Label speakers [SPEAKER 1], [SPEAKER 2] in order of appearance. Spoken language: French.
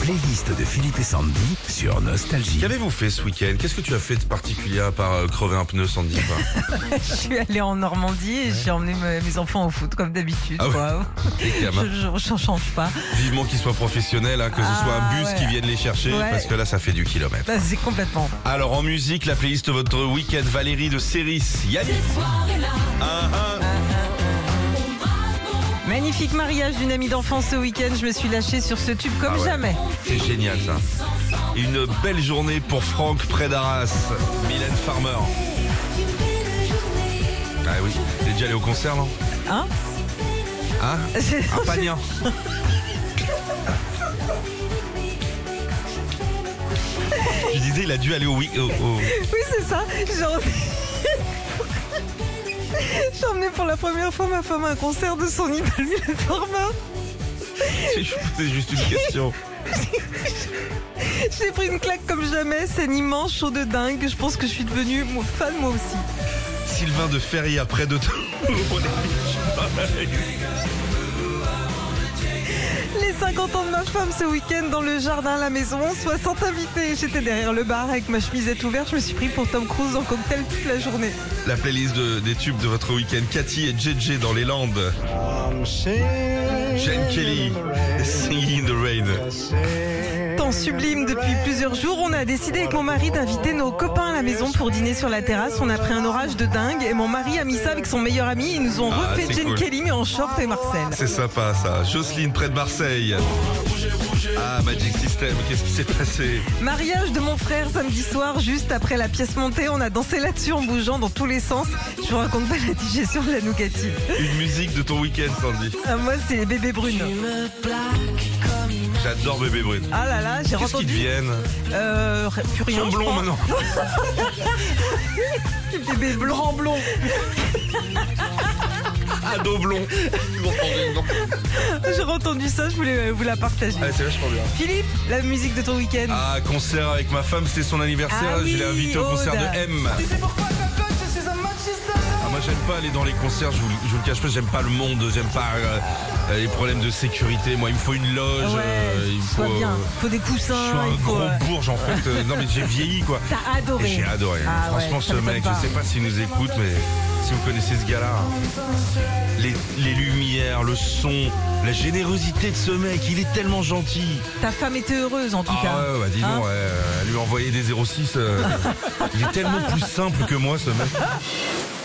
[SPEAKER 1] playlist de Philippe et Sandy sur Nostalgie.
[SPEAKER 2] Qu'avez-vous fait ce week-end Qu'est-ce que tu as fait de particulier à part euh, crever un pneu sans dire
[SPEAKER 3] Je suis allée en Normandie et j'ai emmené me- mes enfants au foot comme d'habitude.
[SPEAKER 2] Ah ouais.
[SPEAKER 3] quoi. Je- Je je- j'en change pas.
[SPEAKER 2] Vivement qu'ils soient professionnels, hein, que ce
[SPEAKER 3] Ah,
[SPEAKER 2] soit un bus
[SPEAKER 3] ouais.
[SPEAKER 2] qui vienne les chercher,
[SPEAKER 3] Ouais.
[SPEAKER 2] parce que là ça fait du kilomètre.
[SPEAKER 3] Là, Bah, c'est complètement.
[SPEAKER 2] Alors en musique, la playlist de votre week-end, Valérie de Séris, Yannick. Ah, ah.
[SPEAKER 3] Magnifique mariage d'une amie d'enfance ce week-end. Je me suis lâchée sur ce tube comme
[SPEAKER 2] Ah ouais.
[SPEAKER 3] jamais.
[SPEAKER 2] C'est génial ça. Une belle journée pour Franck Prédaras, Mylène Farmer. Ah oui, t'es déjà allé au concert non
[SPEAKER 3] Hein
[SPEAKER 2] Hein Un panier. Je disais, il a dû aller au, oui- au- au-
[SPEAKER 3] Oui, c'est ça. J'ai emmené... J'ai emmené pour la première fois ma femme à un concert de son idole Mylène Farmer.
[SPEAKER 2] C'est ju- c'est juste une question.
[SPEAKER 3] J'ai pris une claque comme jamais. C'est un immense show de dingue. Je pense que je suis devenue moi, fan moi aussi.
[SPEAKER 2] Sylvain de Ferry après de tout.
[SPEAKER 3] Les 50 ans de ma femme ce week-end dans le jardin à la maison, 60 invités. J'étais derrière le bar avec ma chemisette ouverte, je me suis pris pour Tom Cruise en cocktail toute la journée.
[SPEAKER 2] La playlist de- des tubes de votre week-end. Cathy et JJ dans les Landes. Jane Kelly, Singing in the Rain.
[SPEAKER 3] Temps sublime depuis plusieurs jours, on a décidé avec mon mari d'inviter nos copains à la maison pour dîner sur la terrasse. On a pris un orage de dingue et mon mari a mis ça avec son meilleur ami. Ils nous ont
[SPEAKER 2] Ah,
[SPEAKER 3] refait
[SPEAKER 2] c'est
[SPEAKER 3] Jane
[SPEAKER 2] cool.
[SPEAKER 3] Kelly mais en short et Marcel.
[SPEAKER 2] C'est sympa ça. Jocelyne près de Marseille. Ah, Magic System, qu'est-ce qui s'est passé
[SPEAKER 3] Mariage de mon frère samedi soir, juste après la pièce montée, on a dansé là-dessus en bougeant dans tous les sens. Je vous raconte pas la digestion de la nougatine.
[SPEAKER 2] Une musique de ton week-end, Sandy.
[SPEAKER 3] Ah, moi c'est les bébés brunes.
[SPEAKER 2] J'adore Bébé Brune.
[SPEAKER 3] Ah là là, j'ai
[SPEAKER 2] Qu'est-ce qu'ils
[SPEAKER 3] entendu.
[SPEAKER 2] deviennent
[SPEAKER 3] Euh, plus
[SPEAKER 2] Ils
[SPEAKER 3] rien.
[SPEAKER 2] sont
[SPEAKER 3] je
[SPEAKER 2] blonds
[SPEAKER 3] crois.
[SPEAKER 2] maintenant.
[SPEAKER 3] Bébé blanc blond.
[SPEAKER 2] Ados blonds.
[SPEAKER 3] J'ai entendu ça, je voulais euh, vous la partager.
[SPEAKER 2] Ah, c'est vachement bien.
[SPEAKER 3] Philippe, la musique de ton week-end.
[SPEAKER 2] Ah, concert avec ma femme, c'était son anniversaire.
[SPEAKER 3] Ah oui,
[SPEAKER 2] je l'ai invité au concert
[SPEAKER 3] Aude.
[SPEAKER 2] de M. Ah, moi, j'aime pas aller dans les concerts, je vous, le- je vous le cache pas. J'aime pas le monde, j'aime pas euh, euh, les problèmes de sécurité. Moi, il me faut une
[SPEAKER 3] ouais,
[SPEAKER 2] loge. euh, il me
[SPEAKER 3] sois
[SPEAKER 2] faut.
[SPEAKER 3] bien.
[SPEAKER 2] euh,
[SPEAKER 3] Faut des coussins.
[SPEAKER 2] je suis un
[SPEAKER 3] il faut,
[SPEAKER 2] gros
[SPEAKER 3] euh,
[SPEAKER 2] bourge en fait. Euh, non mais j'ai vieilli quoi.
[SPEAKER 3] T'as
[SPEAKER 2] Et
[SPEAKER 3] adoré.
[SPEAKER 2] j'ai adoré.
[SPEAKER 3] Ah
[SPEAKER 2] Franchement,
[SPEAKER 3] ouais,
[SPEAKER 2] ce
[SPEAKER 3] ça m'étonne
[SPEAKER 2] mec,
[SPEAKER 3] pas.
[SPEAKER 2] je sais pas s'il nous écoute, mais si vous connaissez ce gars-là, hein. les, les lumières, le son, la générosité de ce mec, il est tellement gentil.
[SPEAKER 3] Ta femme était heureuse en tout
[SPEAKER 2] Ah
[SPEAKER 3] cas.
[SPEAKER 2] ouais, bah dis donc,
[SPEAKER 3] Hein
[SPEAKER 2] ouais, euh, lui envoyer des 06, euh, il est tellement plus simple que moi ce mec.